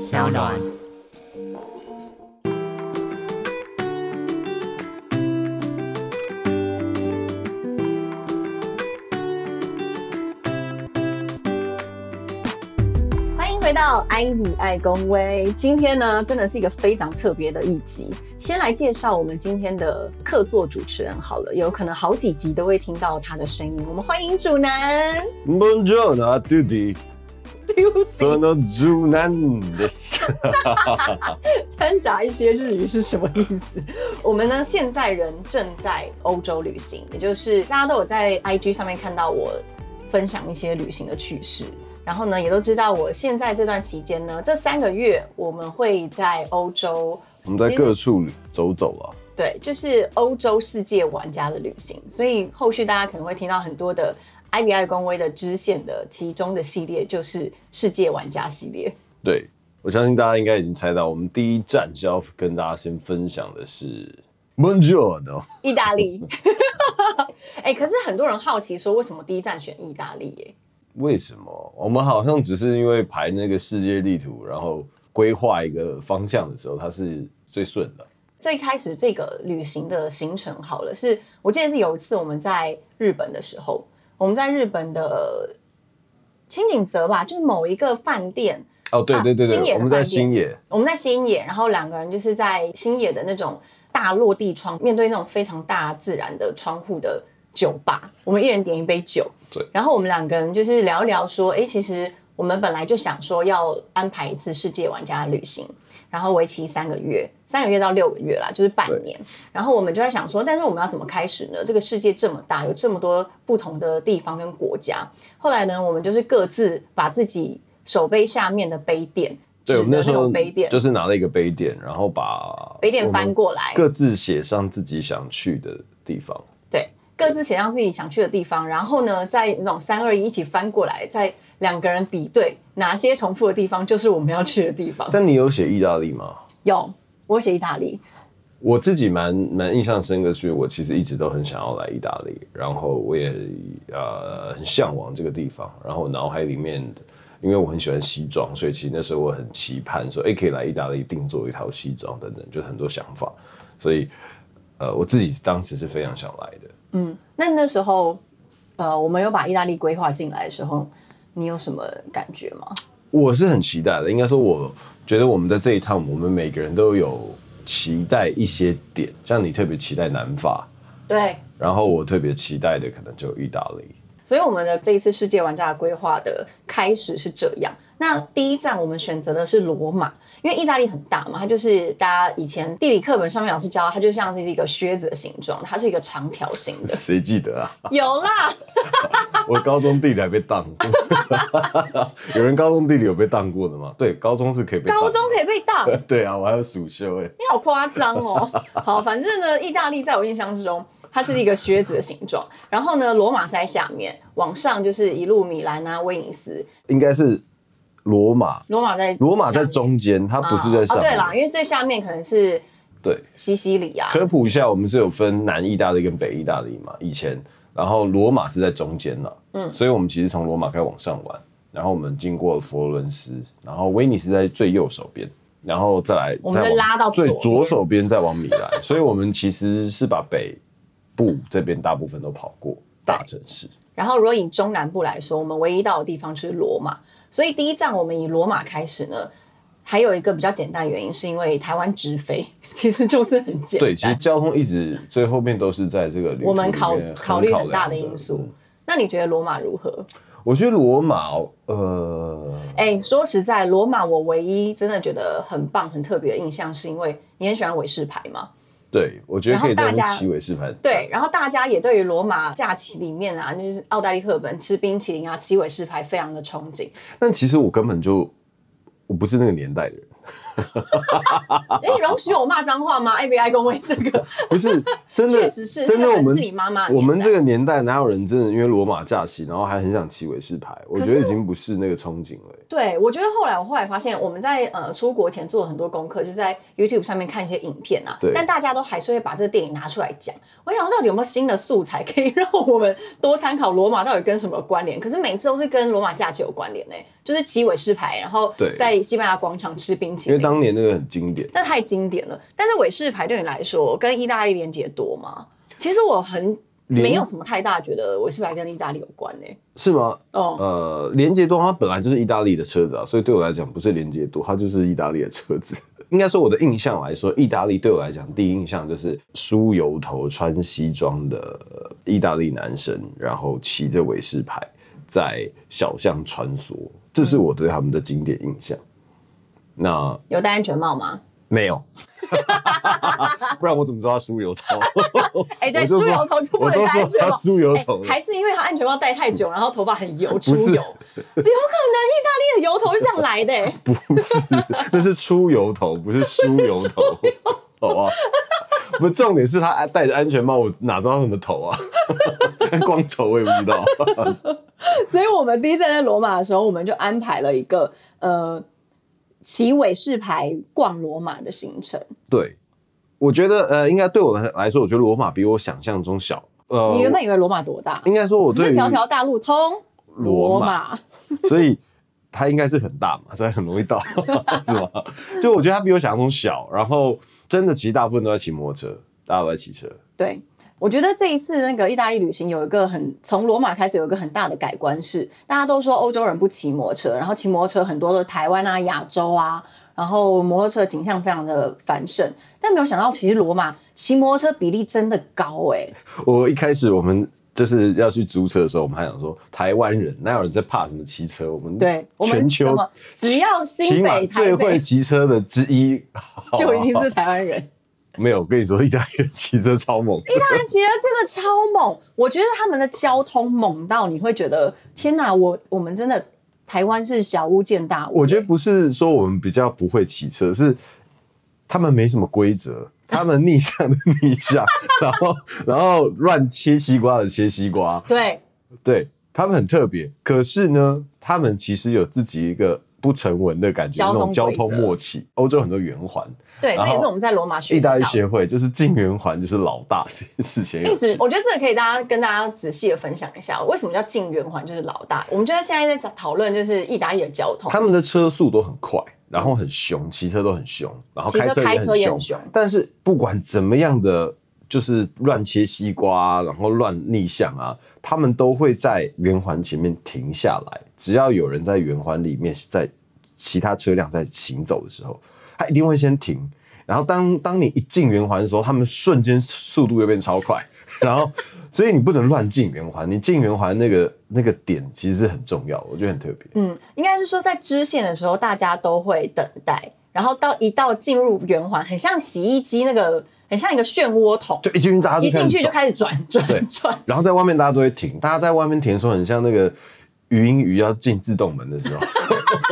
小暖。欢迎回到《爱你爱公威》，今天呢，真的是一个非常特别的一集。先来介绍我们今天的客座主持人好了，有可能好几集都会听到他的声音。我们欢迎主男， Buongiorno a tutti, sono Junan です。掺杂一些日语是什么意思？我们呢现在人正在欧洲旅行，也就是大家都有在 IG 上面看到我分享一些旅行的趣事，然后呢也都知道我现在这段期间呢，这三个月我们会在欧洲，我们在各处走走啊，对，就是欧洲世界玩家的旅行，所以后续大家可能会听到很多的 IBI 公威的支线的其中的系列就是世界玩家系列。对我相信大家应该已经猜到，我们第一站是要跟大家先分享的是 Buongiorno。意大利。 哎、可是很多人好奇说，为什么第一站选意大利、耶？为什么？我们好像只是因为排那个世界地图，然后规划一个方向的时候，它是最顺的。最开始这个旅行的行程好了，是我记得是有一次我们在日本的时候，我们在日本的青井泽吧，就是某一个饭店，哦，对啊对对新野的对，我们在饭店新野，我们在新野，然后两个人就是在新野的那种大落地窗，面对那种非常大自然的窗户的酒吧，我们一人点一杯酒。对然后我们两个人就是聊一聊说，哎，其实我们本来就想说要安排一次世界玩家旅行，然后为期三个月，三个月到六个月啦，就是半年。然后我们就在想说，但是我们要怎么开始呢？这个世界这么大，有这么多不同的地方跟国家。后来呢，我们就是各自把自己手背下面的杯垫。对，我指们的那时候种杯垫，就是拿了一个杯垫，然后把北点翻过来，各自写上自己想去的地方。对，各自写上自己想去的地方，然后呢，在那种三二一一起翻过来，再两个人比对哪些重复的地方就是我们要去的地方。但你有写意大利吗？有，我写意大利，我自己蛮蛮印象深刻，是因为我其实一直都很想要来意大利，然后我也呃很向往这个地方，然后脑海里面的，因为我很喜欢西装，所以其实那时候我很期盼说，哎、可以来意大利定做一套西装等等，就很多想法，所以呃我自己当时是非常想来的。那那时候，呃，我们有把意大利规划进来的时候，你有什么感觉吗？我是很期待的，应该说，我觉得我们在这一趟，我们每个人都有期待一些点，像你特别期待南法，对，然后我特别期待的可能就意大利。所以我们的这一次世界玩家的规划的开始是这样。那第一站我们选择的是罗马，因为意大利很大嘛，它就是大家以前地理课本上面老师教，它就像是一个靴子的形状，它是一个长条形的。 谁记得啊？有啦，我高中地理还被当过， 有人高中地理有被当过的吗？对，高中是可以被当高中可以被当，你 对啊，我还有暑修哎、好夸张哦。好，反正呢，意大利在我印象之中，它是一个靴子的形状。然后呢，罗马是在下面，往上就是一路米兰啊、威尼斯，应该是罗马，罗马在罗马在上面中间，它不是在上哦。面。对啦，因为最下面可能是对，西西里啊，科普一下，我们是有分南意大利跟北意大利嘛，以前，然后罗马是在中间了，嗯，所以我们其实从罗马开始往上玩，然后我们经过佛罗伦斯，然后威尼斯在最右手边，然后再来，我们就再往拉到左最边左手边，再往米兰， 所以我们其实是把北部这边大部分都跑过大城市，然后，如果以中南部来说，我们唯一到的地方就是罗马，所以第一站我们以罗马开始呢。还有一个比较简单的原因，是因为台湾直飞， 其实就是很简单。对，其实交通一直最后面都是在这个旅途我们考里面考虑很很大量嗯的因素。那你觉得罗马如何？我觉得罗马，呃，哎、说实在，罗马我唯一真的觉得很棒、很特别的印象，是因为你很喜欢韦氏牌嘛？对，我觉得然后可以大在家七尾示范，对，然后大家也对于罗马假期里面啊，就是奥黛丽·赫本吃冰淇淋啊、 吃韦氏牌非常的憧憬。但其实我根本就我不是那个年代的人，哎、容许我骂脏话吗？ABI 公会这个不 是真的，确实是真那个的我可能们是你妈妈的我们年代这个年代哪有人真的因为罗马假期，然后还很想骑维士牌？我可觉得是已经不是那个憧憬了、对，我觉得后来我后来发现，我们在呃出国前做了很多功课，就是在 YouTube 上面看一些影片啊对，但大家都还是会把这个电影拿出来讲。我想说到底有没有新的素材可以让我们多参考罗马到底跟什么有关联？可是每次都是跟罗马假期有关联呢、就是骑尾士牌，然后对在西班牙广场吃冰淇因为淋。当年那个很经典。那太经典了，但是尾士牌对你来说跟意大利连接多吗？其实我很连没有什么太大觉得尾士牌跟意大利有关呢、是吗？哦呃，连接多它本来就是意大利的车子啊，所以对我来讲不是连接多，它就是意大利的车子。 应该说我的印象来说，意大利对我来讲第一印象就是梳油头、穿西装的呃意大利男生，然后骑着韦士牌在小巷穿梭，这是我对他们的经典印象。那有戴安全帽吗？没有， 不然我怎么知道他梳油头？哎、对，我就梳说油头就不我能都戴说安全他帽。梳油头哎了还是因为他安全帽戴太久，然后头发很油，出 不油。有可是能意大利的油头是这样 来的、哎不是，那是出油头，不是梳油头， 好吧？不，重点是他戴着安全帽，我哪知道他什么头啊？ 光头我也不知道。啊所以我们第一站在罗马的时候，我们就安排了一个呃骑尾士牌逛罗马的行程。 对，我觉得呃，应该对我来来说，我觉得罗马比我想象中小。呃你原本以为罗马多大？应该说我这对于条条大路通罗马马。所以它应该是很大嘛，所以很容易到， 是吗？就我觉得它比我想象中小，然后真的其实大部分都在骑摩托车，大家都在骑车。对，我觉得这一次那个意大利旅行有一个很从罗马开始有一个很大的改观是，大家都说欧洲人不骑摩托车，然后骑摩托车很多都是台湾啊、亚洲啊，然后摩托车景象非常的繁盛，但没有想到其实罗马骑摩托车比例真的高哎、 我一开始我们就是要去租车的时候，我们还想说台湾人哪有人在怕什么骑车？我们对我们全什球么只要起新码北、最台会哦北骑车的之一，好不好 就一定是台湾人。没有。我跟你说，意大利人骑车超猛，意大利骑车真的超猛，我觉得他们的交通猛到你会觉得天哪，我我们真的台湾是小巫见大巫。欸我觉得不是说我们比较不会骑车，是他们没什么规则，他们逆向的逆向，然后然后乱切西瓜的切西瓜，对，对他们很特别。可是呢，他们其实有自己一个不成文的感觉，交那通种交规则通默契。欧洲很多圆环，对，然这后也是我们在罗马学意习到大的利。协会就是进圆环就是老大这件事情有一直趣。，我觉得这个可以大家跟大家仔细的分享一下，为什么叫近圆环就是老大？我们就在现在在讨论就是意大利的交通，他们的车速都很快，然后很凶，骑车都很凶，然后骑车开车开车也也很很凶凶。但是不管怎么样的，就是乱切西瓜、啊，然后乱逆向啊，他们都会在圆环前面停下来。只要有人在圆环里面，在其他车辆在行走的时候，他一定会先停。然后当当你一进圆环的时候，他们瞬间速度又变超快，然后所以你不能乱进圆环，你进圆环那个那个点其实是很重要的，我觉得很特别。嗯，应该是说在支线的时候大家都会等待，然后到一到进入圆环，很像洗衣机那个，很像一个漩涡筒，就一进去大家一就开进始去就走开始转对转转，然后在外面大家都会停，大家在外面停的时候，很像那个语音鱼要进自动门的时候，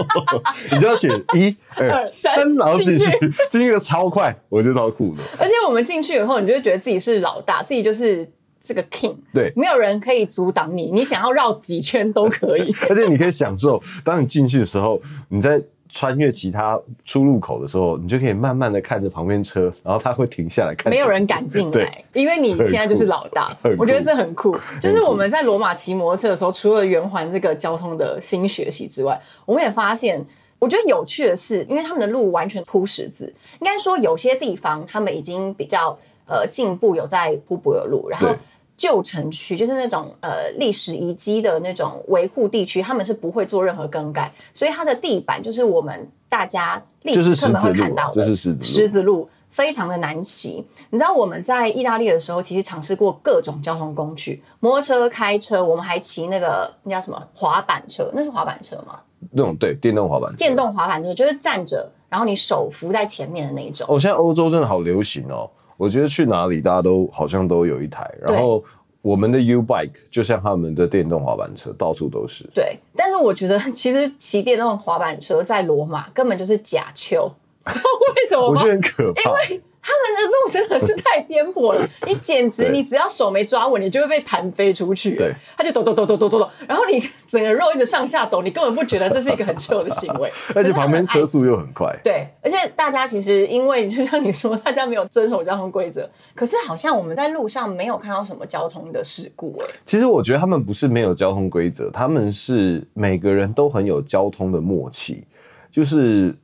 你就要选一二二三三，然后进去进去，进去个超快，我觉得超酷的。而且我们进去以后，你就会觉得自己是老大，自己就是这个 king，对没有人可以阻挡你，你想要绕几圈都可以。而且你可以享受，当你进去的时候，你在穿越其他出入口的时候，你就可以慢慢的看着旁边车，然后它会停下来看。没有人敢进来对，因为你现在就是老大很。酷我觉得这很酷。酷就是我们在罗马骑摩托车的时候，除了圆环这个交通的新学习之外，我们也发现。我觉得有趣的是，因为他们的路完全铺石子，应该说有些地方他们已经比较呃进步，有在铺柏油路，然后对旧城区，就是那种呃历史遗迹的那种维护地区，他们是不会做任何更改，所以它的地板就是我们大家历就是史十课本会字看路到啊，的这，是十字路。狮子路非常的难骑。你知道我们在意大利的时候，其实尝试过各种交通工具，摩托车、开车，我们还骑那个那叫什么滑板车，那是滑板车吗？那种对电动滑板车。电动滑板车就是站着，然后你手扶在前面的那一种。哦，现在欧洲真的好流行哦，我觉得去哪里大家都好像都有一台。然后我们的 U Bike 就像他们的电动滑板车，到处都是。 对，但是我觉得其实骑电动滑板车在罗马根本就是假秋，知道为什么我吗觉？得很可怕。因为他们的路真的是太颠簸了，你简直 对你只要手没抓稳，你就会被弹飞出去。对，他就抖抖抖抖抖抖抖，然后你整个肉一直上下抖，你根本不觉得这是一个很 chill 的行为 。而且旁边可是他车们爱速又很 快，对，而且大家其实因为就像你说，大家没有遵守交通规则，可是好像我们在路上没有看到什么交通的事故、哎，其实我觉得他们不是没有交通规则，他们是每个人都很有交通的默契，就是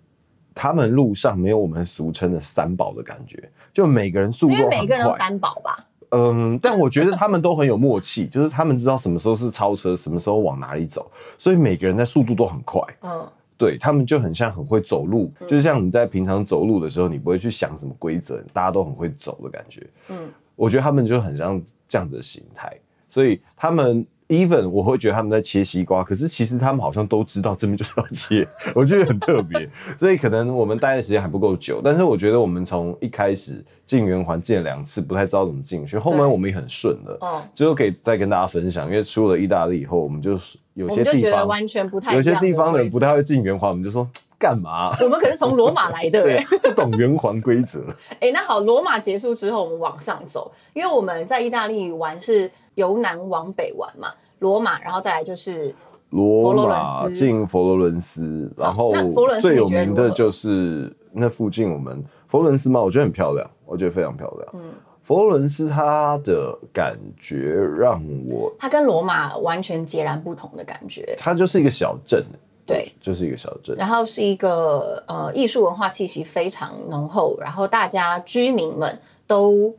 他们路上没有我们俗称的三宝的感觉，就每个人速是度因为每很个人都快三宝吧？嗯，但我觉得他们都很有默契， 就是他们知道什么时候是超车，什么时候往哪里走，所以每个人在速度都很快。嗯，对他们就很像很会走路，就是像你在平常走路的时候，你不会去想什么规则，大家都很会走的感觉。嗯嗯，我觉得他们就很像这样子的形态，所以他们 even 我会觉得他们在切西瓜，可是其实他们好像都知道这边就是要切， 我觉得很特别。所以可能我们待的时间还不够久，但是我觉得我们从一开始进圆环进了两次，不太知道怎么进去，后面对我们也很顺了。哦，之后可以再跟大家分享，因为出了意大利以后，我们就是有我些们就地觉得方完全不太一样有些地方的人不太，太会进圆环，我们就说干嘛？我们可是从罗马来的、哎。 不懂圆环规则。哎、那好，罗马结束之后，我们往上走，因为我们在意大利玩是由南往北玩嘛，罗马，然后再来就是罗佛罗马伦斯进佛罗伦斯，然后那佛罗伦斯最有你觉得名如的何就是那附近我们佛罗伦斯嘛，我觉得很漂亮，我觉得非常漂亮。嗯佛罗伦斯它的感觉让我，它跟罗马完全截然不同的感觉，它就是一个小镇，对，就是一个小镇。然后是一个呃艺术文化气息非常浓厚，然后大家居民们都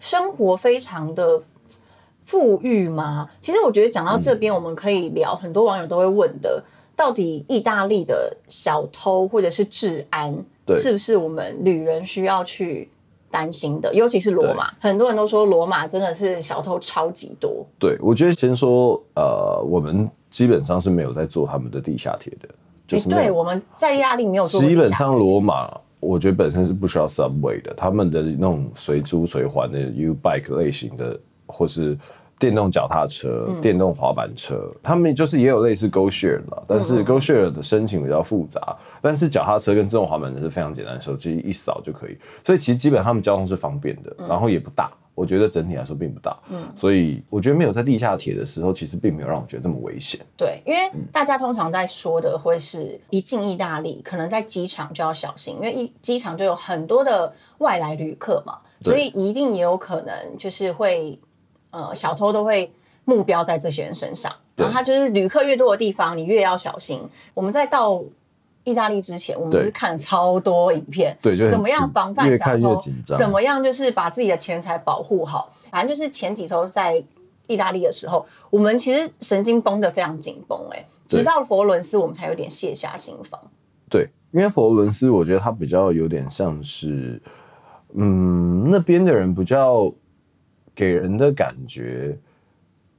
生活非常的富裕吗？其实我觉得讲到这边，我们可以聊很多网友都会问的，到底意大利的小偷或者是治安，对是不是我们旅人需要去担心的？尤其是罗马，很多人都说罗马真的是小偷超级多，对，我觉得先说，呃，我们基本上是没有在做他们的地下铁的，就是诶没有对，我们在意大利没有做过基地本下上铁罗马，我觉得本身是不需要 subway 的，他们的那种随租随还的 U bike 类型的，或是电动脚踏车、嗯电动滑板车，他们就是也有类似 Go Share 啦，但嗯是 Go Share 的申请比较复杂，但是脚踏车跟自动滑板车是非常简单，手机一扫就可以，所以其实基本上他们交通是方便的，嗯然后也不大。我觉得整体来说并不大，嗯，所以我觉得没有在地下铁的时候，其实并没有让我觉得那么危险。对，因为大家通常在说的会是一进意大利，可能在机场就要小心，因为一机场就有很多的外来旅客嘛，对所以一定也有可能就是会呃小偷都会目标在这些人身上，对然后他就是旅客越多的地方，你越要小心。我们在到意大利之前，我们对是看了超多影片，对就很怎么样紧防范越小看越偷紧张，怎么样就是把自己的钱财保护好，反正就是前几周在意大利的时候，我们其实神经绷得非常紧绷、哎，对直到佛罗伦斯我们才有点卸下心防。对，因为佛罗伦斯，我觉得它比较有点像是，嗯，那边的人比较给人的感觉，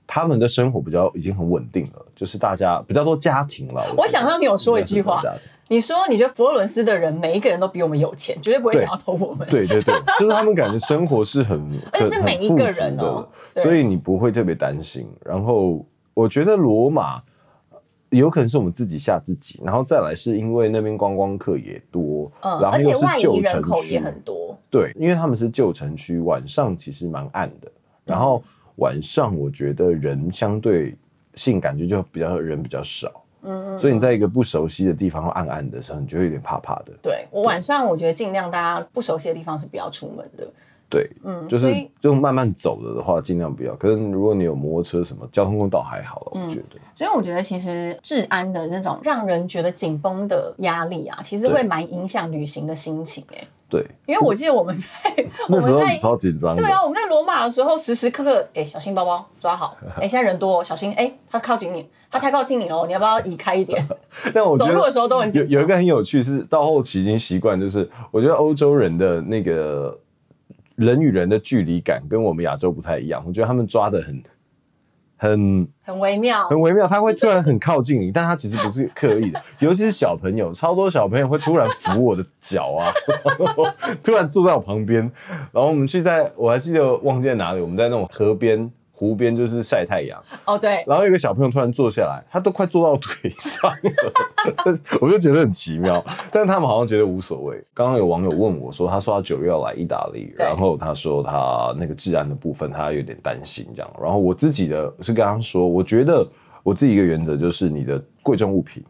他们的生活比较已经很稳定了，就是大家比较多家庭了。我想到你有说一句话比较多家庭你说你觉得佛罗伦斯的人每一个人都比我们有钱，绝对不会对想要偷我们。对对对，就是他们感觉生活是很， 而且很是每一个人哦很富足的对所以你不会特别担心。然后我觉得罗马有可能是我们自己吓自己，然后再来是因为那边观光客也多，嗯，然后而且又是外旧移人城口区也很多，对，因为他们是旧城区，晚上其实蛮暗的。然后晚上我觉得人相对性感觉就比较人比较少，嗯，所以你在一个不熟悉的地方暗暗的时候，你就会有点怕怕的。对我晚上我觉得尽量大家不熟悉的地方是不要出门的。对，嗯，就所是以就慢慢走了的话，尽量不要。可是如果你有摩托车什么，交通工倒还好了，嗯我觉得。所以我觉得，其实治安的那种让人觉得紧绷的压力啊，其实对会蛮影响旅行的心情诶、对，因为我记得我们在我 那时们候在超紧张的对。啊，我们在罗马的时候，时时刻刻哎、小心包包抓 好，哎、现在人多、哦，小心哎、他靠近你，他太靠近你了，你要不要移开一 点？但我觉走得路的时候都很紧张有有一个很有趣是，到后期已经习惯，就是我觉得欧洲人的那个人与人的距离感跟我们亚洲不太一样，我觉得他们抓的很。很很微妙，很微妙，他会突然很靠近你，但他其实不是刻意的， 尤其是小朋友，超多小朋友会突然扶我的脚啊， 然后突然坐在我旁边，然后我们去在我还记得忘记在哪里，我们在那种河边。湖边就是晒太阳，哦，对，然后有一个小朋友突然坐下来，他都快坐到腿上了， 我就觉得很奇妙。但他们好像觉得无所谓。刚刚有网友问我说，他说他九月要来意大利，对然后他说他那个治安的部分他有点担心这样。然后我自己的是跟他说，我觉得我自己一个原则就是你的贵重物品，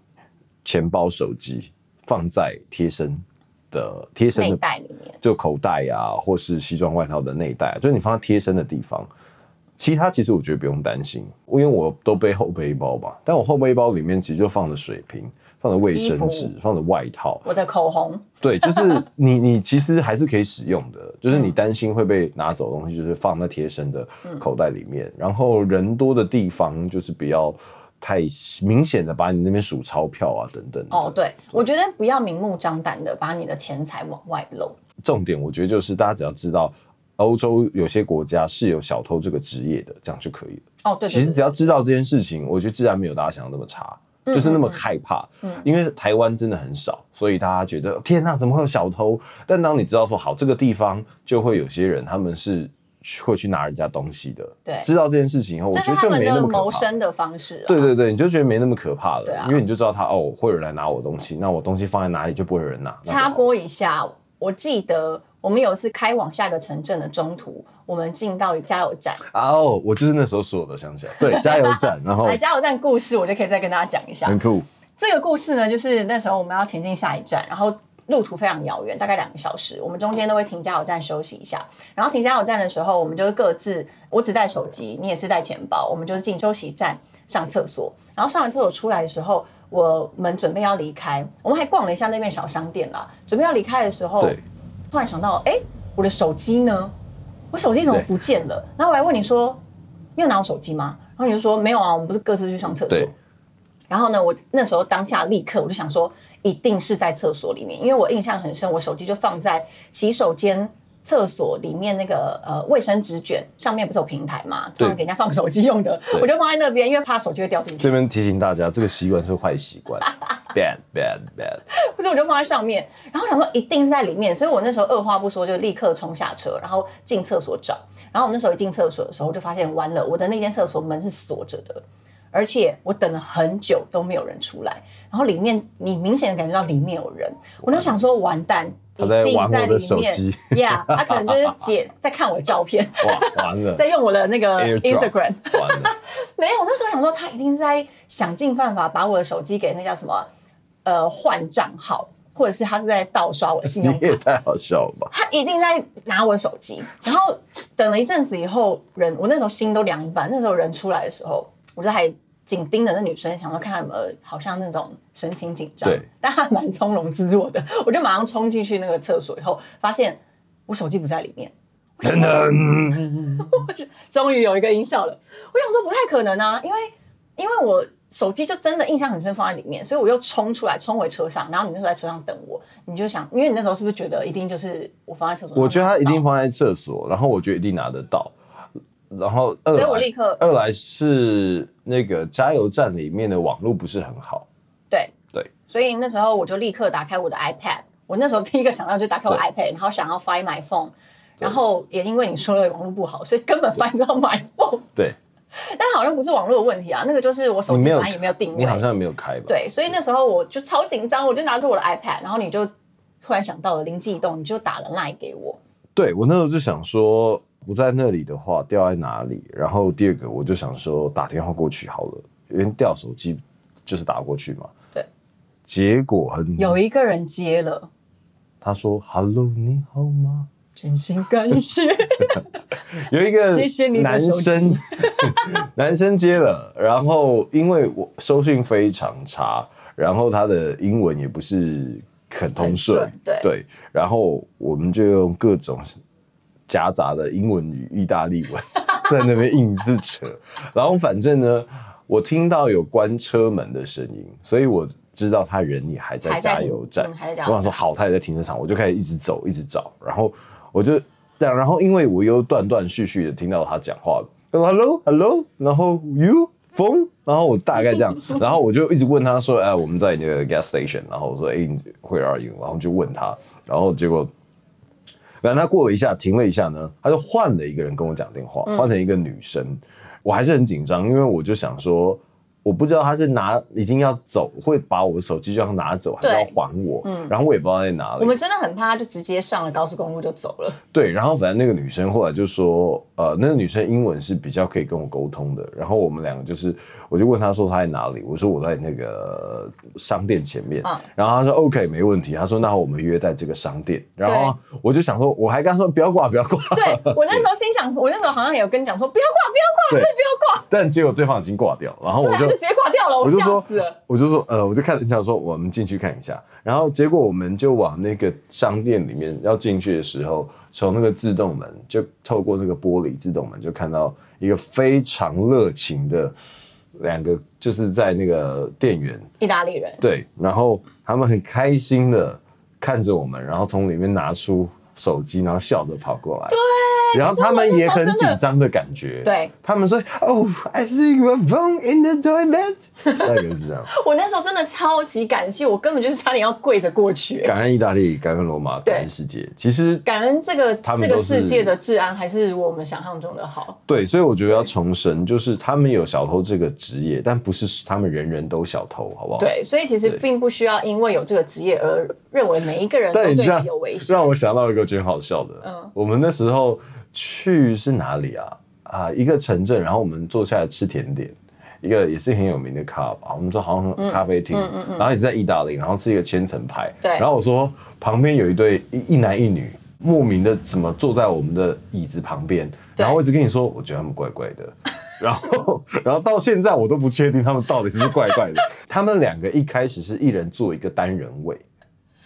钱包、手机放在贴身的贴身内的袋里面，就口袋呀、或是西装外套的内袋、啊就是你放在贴身的地方。其他其实我觉得不用担心，因为我都背后背包嘛。但我后背包里面其实就放了水瓶，放了卫生纸衣服，放了外套。我的口红，对，就是你你其实还是可以使用的，就是嗯你担心会被拿走的东西，就是放在贴身的口袋里面。然后人多的地方就是不要太明显的把你那边数钞票啊等等的。哦，对，我觉得不要明目张胆的把你的钱财往外露，重点我觉得就是大家只要知道，欧洲有些国家是有小偷这个职业的，这样就可以了。哦，对，对其实对只要知道这件事情，我觉得治安没有大家想的那么差，嗯就是那么害怕。因为台湾真的很少，所以大家觉得天哪、怎么会有小偷？但当你知道说好这个地方就会有些人他们是会去拿人家东西的，对知道这件事情以后，我这是觉得他就们没那的么可谋怕。生的方式、啊，对对对，你就觉得没那么可怕了，对啊因为你就知道他哦，会有人来拿我东西，那我东西放在哪里就不会有人拿。那就插好播一下，我记得我们有一次开往下一个城镇的中途，我们进到加油站，啊哦，我就是那时候说的，想起来，对，加油 站，然后来加油站故事，我就可以再跟大家讲一下。很酷，这个故事呢，就是那时候我们要前进下一站，然后路途非常遥远，大概两个小时，我们中间都会停加油站休息一下。然后停加油站的时候，我们就各自，我只带手机，你也是带钱包，我们就是进休息站上厕所。然后上完厕所出来的时候，我们准备要离开，我们还逛了一下那边小商店啦。准备要离开的时候，对，突然想到，哎、我的手机呢？我手机怎么不见了？然后我还问你说，你有拿我手机吗？然后你就说没有啊，我们不是各自去上厕所对。然后呢，我那时候当下立刻我就想说，一定是在厕所里面，因为我印象很深，我手机就放在洗手间。厕所里面那个呃卫生纸卷上面不是有平台嘛，对通常给人家放手机用的，对我就放在那边，因为怕手机会掉进去。这边提醒大家，这个习惯是坏习惯，bad bad bad。不是，我就放在上面，然后想说一定是在里面，所以我那时候二话不说就立刻冲下车，然后进厕所找。然后我那时候一进厕所的时候，就发现完了，我的那间厕所门是锁着的，而且我等了很久都没有人出来。然后里面你明显的感觉到里面有人，我就想说完蛋，他一在定玩我的里手面机，Yeah，他可能就是姐在看我的照片，哇，完 了，在用我的那个 AirDrop Instagram。完 了，没有，那时候想说他一定是在想尽办法把我的手机给那叫什么呃换账号，或者是他是在盗刷我的信用你卡。也太好笑了吧？他一定在拿我的手机，然后等了一阵子以后，人我那时候心都凉一半。那时候人出来的时候，我就还紧盯着那女生，想要看她有没有好像那种神情紧张对，但她蛮从容自若的。我就马上冲进去那个厕所，以后发现我手机不在里面，等等，终于有一个音效了。我想说不太可能啊，因为因为我手机就真的印象很深放在里面，所以我又冲出来冲回车上，然后你那时候在车上等我，你就想，因为你那时候是不是觉得一定就是我放在厕所？我觉得他一定放。放在厕所，然后我觉得一定拿得到。然后二所以我来立刻二来是那个加油站里面的网络不是很好，对对，所以那时候我就立刻打开我的 iPad，我那时候第一个想到就打开我对 iPad，然后想要 Find My Phone，然后也因为你说了网络不好，所以根本 Find 不到 My Phone，对但好像不是网络的问题啊，那个就是我手你机没本有来也没有定你好位，像没有开吧？对，所以那时候我就超紧张，我就拿着我的 iPad，然后你就突然想到了灵机一动，你就打了 Line 给我，对我那时候就想说，不在那里的话掉在哪里？然后第二个我就想说打电话过去好了，因为掉手机就是打过去嘛。对，结果很有一个人接了，他说 “Hello，你好吗真心感谢。？” 有一个谢谢你的男手机生 男生接了，然后因为我收讯非常差，然后他的英文也不是很通顺很顺，对对，然后我们就用各种夹杂的英文与意大利文 在那边硬是扯， 然后反正呢，我听到有关车门的声音，所以我知道他人也还在还在加油站，嗯还在加油站我想说好，他也在停车场，我就开始一直走，一直找，然后我就，但然后因为我又断断续续的听到他讲话，他说 hello hello，然后 you。风，然后我大概这 样，然后我就一直问他说：“哎，我们在那个 gas station。”然后我说：“哎，where are you？” 然后就问他，然后结果嗯然后他过了一下，停了一下呢，他就换了一个人跟我讲电话，换成一个女生。我还是很紧张，因为我就想说，我不知道他是拿已经要走，会把我的手机这样拿走，还是要对嗯还我，然后我也不知道在哪我里。们真的很怕，他就直接上了高速公路就走了。对，然后反正那个女生后来就说，呃，那个女生英文是比较可以跟我沟通的，然后我们两个就是，我就问她说她在哪里，我说我在那个商店前面，嗯然后她说 OK 没问题，她说那我们约在这个商店，然后我就想说，我还跟她说不要挂不要挂，对我那时候心想，我那时候好像也有跟你讲说，不要 挂，不要挂，真的不要挂。但结果对方已经挂掉，然后哦我对啊，就就直接挂掉了，我我就吓说死了。，我就说，呃，我就看人家说，我们进去看一下。然后结果我们就往那个商店里面要进去的时候，从那个自动门就透过那个玻璃自动门，就看到一个非常热情的两个，就是在那个店员意大利人，对，然后他们很开心的看着我们，然后从里面拿出手机，然后笑着跑过来。对，然后他们也很紧张的感觉。对，他们说：“Oh, I see your phone in the toilet。”大概是这样。我那时候真的超级感谢，我根本就是差点要跪着过去。感恩意大利，感恩罗马，感恩世界。其实感恩这个他们这都个是世界的治安还是我们想象中的好。对，所以我觉得要重申，就是他们有小偷这个职业，但不是他们人人都小偷，好不好？。对，所以其实哦对并不需要因为有这个职业而认为每一个人都对但你让你有危险。让我想到一个觉得好笑的，嗯我们那时候去是哪里啊？啊，一个城镇，然后我们坐下来吃甜点，一个也是很有名的咖吧，我们说好嗯像咖啡厅，然后也是在意大利，然后吃一个千层派，对然后我说旁边有一对一一男一女。莫名的怎么坐在我们的椅子旁边，对然后我一直跟你说，我觉得他们怪怪 的，然后然后到现在我都不确定他们到底是不是怪 怪的。他们两个一开始是一人坐一个单人位，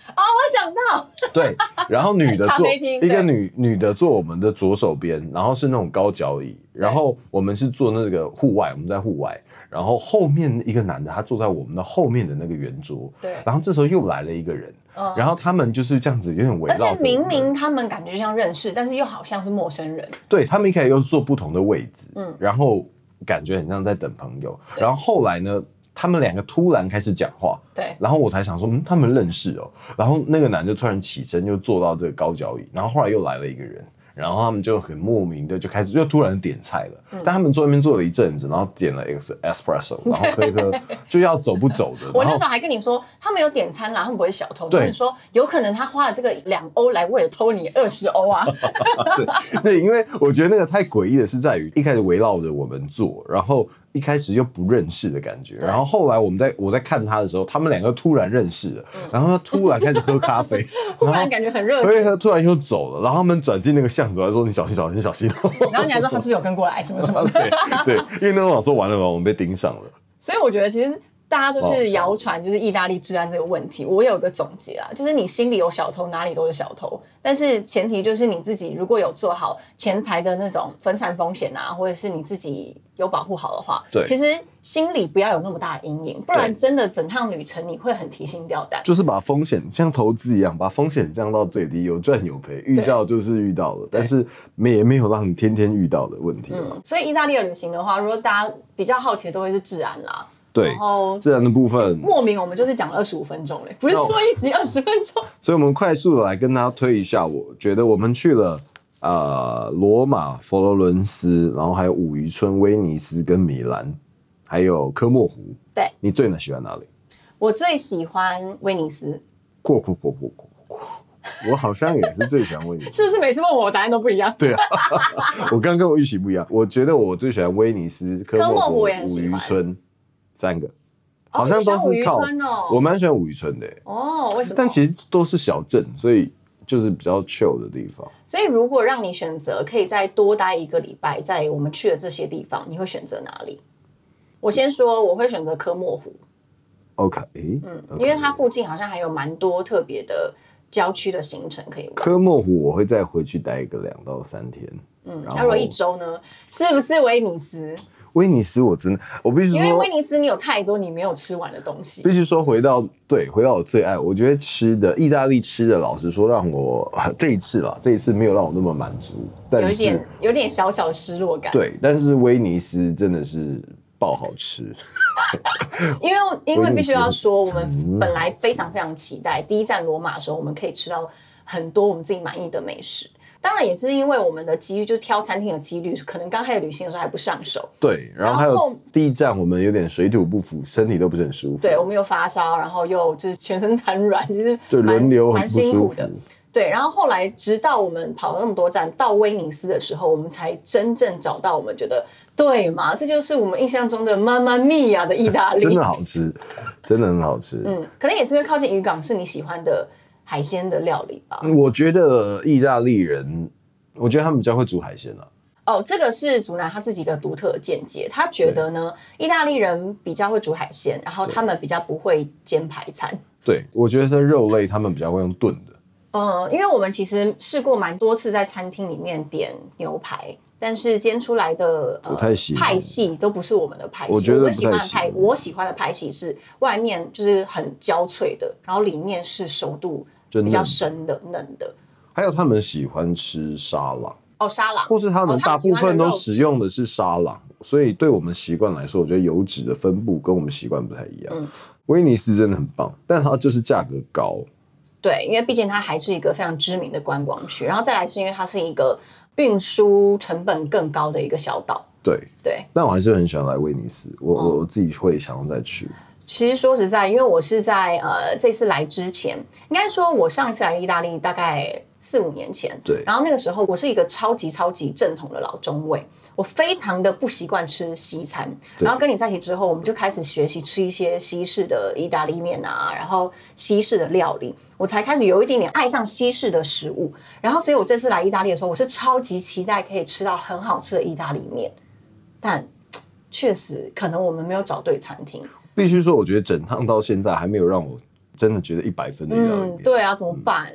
哦，我想到，对，然后女的 咖坐啡厅一个对女女的坐我们的左手边，然后是那种高脚椅，然后我们是坐那个户外，我们在户外，然后后面一个男的他坐在我们的后面的那个圆桌，对然后这时候又来了一个人，嗯然后他们就是这样子有点围而绕着我且们，明明他们感觉就像认识，但是又好像是陌生人。对他们一开始又坐不同的位置，嗯然后感觉很像在等朋友，然后后来呢，他们两个突然开始讲话，对，然后我才想说，嗯，他们认识哦。然后那个男的突然起身，又坐到这个高脚椅，然后后来又来了一个人，然后他们就很莫名的就开始又突然点菜了。嗯但他们坐那边坐了一阵子，然后点了 ex espresso，然后喝一喝，就要走不走的。我那然时候后还跟你说，他们有点餐啦，他们不会是小偷。对他们说有可能他花了这个两欧来为了偷你二十欧 啊。对，因为我觉得那个太诡异的是在于一开始围绕着我们坐，然后一开始又不认识的感觉，然后后来我们在我在看他的时候，他们两个突然认识了，嗯然后他突然开始喝咖 啡，忽然后然感觉很热 所以情，他突然又走了，然后他们转进那个巷子，还说：“你小心，小心，小心！”哦 啊然后你还说他是不是有跟过来什么什么的。对对，因为那时候我想说完了完，我们被盯上了。所以我觉得其实大家就哇是谣传，就是意大利治安这个问题，我有个总结啦，就是你心里有小偷，哪里都是小偷，但是前提就是你自己如果有做好钱财的那种分散风险啊，或者是你自己有保护好的话，对其实心里不要有那么大的阴影，不然对真的整趟旅程你会很提心吊胆。就是把风险像投资一样，把风险降到最低，有赚有赔，遇到就是遇到了，但是没也没有让你天天遇到的问题了。嗯，所以意大利的旅行的话，如果大家比较好奇的都会是治安啦，对然，后。自然的部分，莫名我们就是讲了二十五分钟嘞，不是那我说一集二十分钟，所以我们快速的来跟大家推一下，我觉得我们去了呃罗马、佛罗伦斯，然后还有五渔村、威尼斯跟米兰，还有科莫湖。对你最喜欢哪里？我最喜欢威尼斯，过过过过过过过，我好像也是最喜欢威尼斯。 是不是每次问我，我答案都不一样？对啊，我刚跟我预期不一样，我觉得我最喜欢威尼斯、科科莫莫湖湖、我也很五喜渔欢村三个，哦 好像都是靠你喜欢五渔村哦我蛮喜欢五渔村的欸，哦，为什么？但其实都是小镇，所以就是比较 chill 的地方。所以如果让你选择，可以再多待一个礼拜，在我们去的这些地方，你会选择哪里？我先说，我会选择科莫湖， OK，嗯嗯，因为它附近好像还有蛮多特别的郊区的行程可以玩。科莫湖我会再回去待个两到三天。嗯，那然如后果一周呢？是不是威尼斯？威尼斯我真的，我必须因为说威，尼斯你有太多你没有吃完的东西必。须说回到对，回到我最爱，我觉得吃的意大利吃的，老实说让我啊这一次啦，这一次没有让我那么满足，有但一是点，有点小小的失落感，对，但是威尼斯真的是爆好吃，因为因威为尼斯必须要说，我们本来非常非常期待第一站罗马的时候，我们可以吃到很多我们自己满意的美食。当然也是因为我们的机遇，就是挑餐厅的几率，可能刚开始旅行的时候还不上手，对，然后还然后有第一站我们有点水土不服，身体都不是很舒服，对我们又发烧，然后又就是全身瘫软， 其实对蛮轮流很蛮不辛舒苦服的。。对，然后后来直到我们跑了那么多站，到威尼斯的时候，我们才真正找到我们觉得对嘛，这就是我们印象中的妈妈咪呀的意大利。真的好吃，真的很好吃。嗯，可能也是因为靠近渔港是你喜欢的海鲜的料理吧。嗯我觉得意大利人，我觉得他们比较会煮海鲜啊。哦，这个是祖南他自己的独特的见解，他觉得呢，意大利人比较会煮海鲜，然后他们比较不会煎排餐。对，我觉得肉类他们比较会用炖的。嗯，因为我们其实试过蛮多次在餐厅里面点牛排，但是煎出来的、呃不太喜欢派系都不是我们的派系。我觉得我喜欢不的太喜欢派，我喜欢的派系是外面就是很焦脆的，然后里面是熟度就嫩比较深的、嫩的。还有他们喜欢吃沙朗，哦，沙拉，或是他们哦大部喜分都欢的肉使用的是沙朗，所以对我们习惯来说，我觉得油脂的分布跟我们习惯不太一样。嗯威尼斯真的很棒，但它就是价格高。对，因为毕竟它还是一个非常知名的观光区，然后再来是因为它是一个运输成本更高的一个小岛。对，对，但我还是很喜欢来威尼斯，我哦我、我自己会想要再去。其实说实在，因为我是在呃这次来之前，应该说我上次来意大利大概四五年前，对然后那个时候我是一个超级超级正统的老中卫，我非常的不习惯吃西餐。对然后跟你在一起之后，我们就开始学习吃一些西式的意大利面啊，然后西式的料理，我才开始有一点点爱上西式的食物。然后，所以我这次来意大利的时候，我是超级期待可以吃到很好吃的意大利面，但确实可能我们没有找对餐厅。必须说，我觉得整趟到现在还没有让我真的觉得一百分的意大利嗯，面。对啊，怎么办？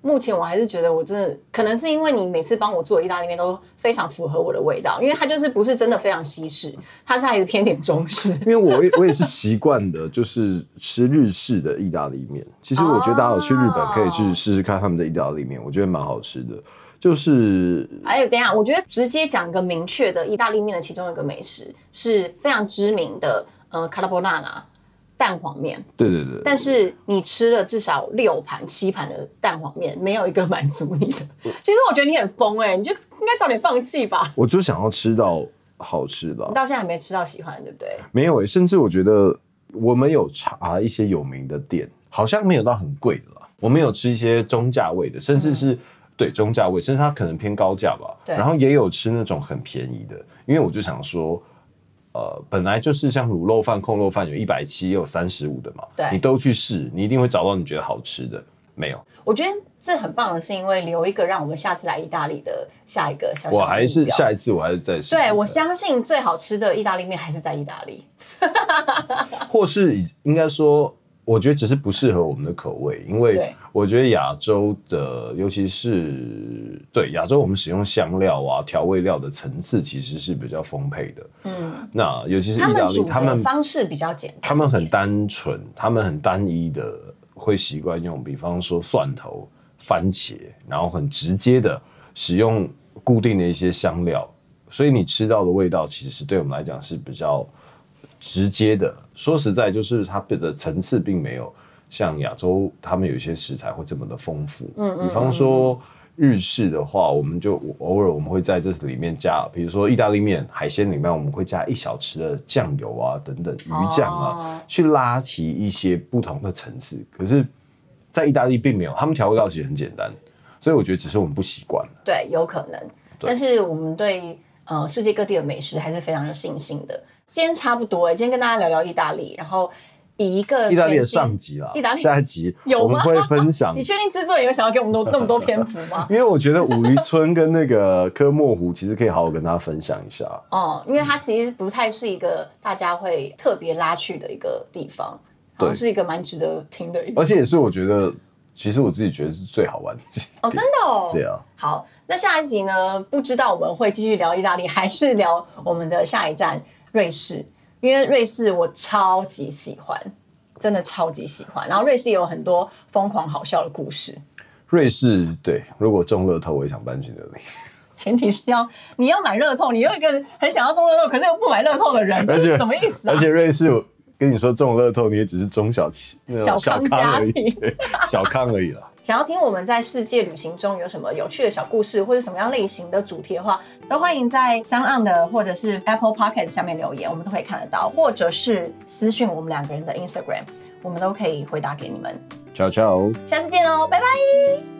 目前我还是觉得我真的可能是因为你每次帮我做的意大利面都非常符合我的味道，因为它就是不是真的非常西 式，它是还是偏点中 式。因为我也我也是习惯的，就是吃日式的意大利面。其实我觉得大家有去日本可以哦去试试看他们的意大利面，我觉得蛮好吃的。就是还哎有，等一啊下，我觉得直接讲一个明确的意大利面的其中一个美食是非常知名的，呃，卡拉波纳纳蛋黄面。对对对，但是你吃了至少六盘、七盘的蛋黄面，没有一个满足你的。嗯其实我觉得你很疯哎、你就应该早点放弃吧。我就想要吃到好吃的你啊，到现在还没吃到喜欢的，对不对？没有诶、甚至我觉得我们有查一些有名的店，好像没有到很贵的啦。我们有吃一些中价位的，甚至是、对中价位，甚至它可能偏高价吧。嗯对然后也有吃那种很便宜的，因为我就想说。呃，本来就是像卤肉饭、控肉饭，有一百七，也有三十五的嘛。对你都去试，你一定会找到你觉得好吃的。没有，我觉得这很棒的是，因为留一个让我们下次来意大利的下一个小小的我还是目标下一次我还是再试试看。对我相信最好吃的意大利面还是在意大利。或是以应该说，我觉得只是不适合我们的口味，因为对我觉得亚洲的，尤其是对亚洲，我们使用香料啊、调味料的层次其实是比较丰沛的。嗯，那尤其是意他大们利，煮他的们方式比较简单一点，他们很单纯，他们很单一的会习惯用，比方说蒜头、番茄，然后很直接的使用固定的一些香料，所以你吃到的味道其实对我们来讲是比较直接的。说实在，就是它的层次并没有像亚洲他们有一些食材会这么的丰富。嗯比方说。日式的话，我们就偶尔我们会在这里面加，比如说意大利面、海鲜里面，我们会加一小匙的酱油啊，等等鱼酱哦啊，去拉提一些不同的层次。可是，在意大利并没有，他们调味料其实很简单，所以我觉得只是我们不习惯。对，有可能。但是我们对呃世界各地的美食还是非常有信心的。今天差不多、欸，今天跟大家聊聊意大利，然后以一个意大利的全新上集啦，意大利下一集有吗我们会分享 你，确定制作人有想要给我们多那么多篇幅吗？因为我觉得五渔村跟那个科莫湖其实可以好好跟大家分享 一下。哦、因为嗯它其实不太是一个大家会特别拉去的一个地方，好对像是一个蛮值得听的一个。而且也是我觉得，其实我自己觉得是最好玩的。哦，真的哦。对啊，好，那下一集呢？不知道我们会继续聊意大利，还是聊我们的下一站瑞士？因为瑞士我超级喜欢，真的超级喜欢。然后瑞士也有很多疯狂好笑的故事，瑞士对，如果中乐透，我也想搬去那里，前提是要你要买乐透，你有一个很想要中乐透，可是又不买乐透的人，这而且是什么意思啊而？且瑞士，我跟你说中乐透，你也只是中小企那种小康家而已庭，对小康而已啦。想要听我们在世界旅行中有什么有趣的小故事，或者什么样类型的主题的话，都欢迎在三岸的或者是 Apple Podcast 下面留言，我们都可以看得到，或者是私讯我们两个人的 Instagram，我们都可以回答给你们。 ciao ciao。哦下次见喽，拜拜。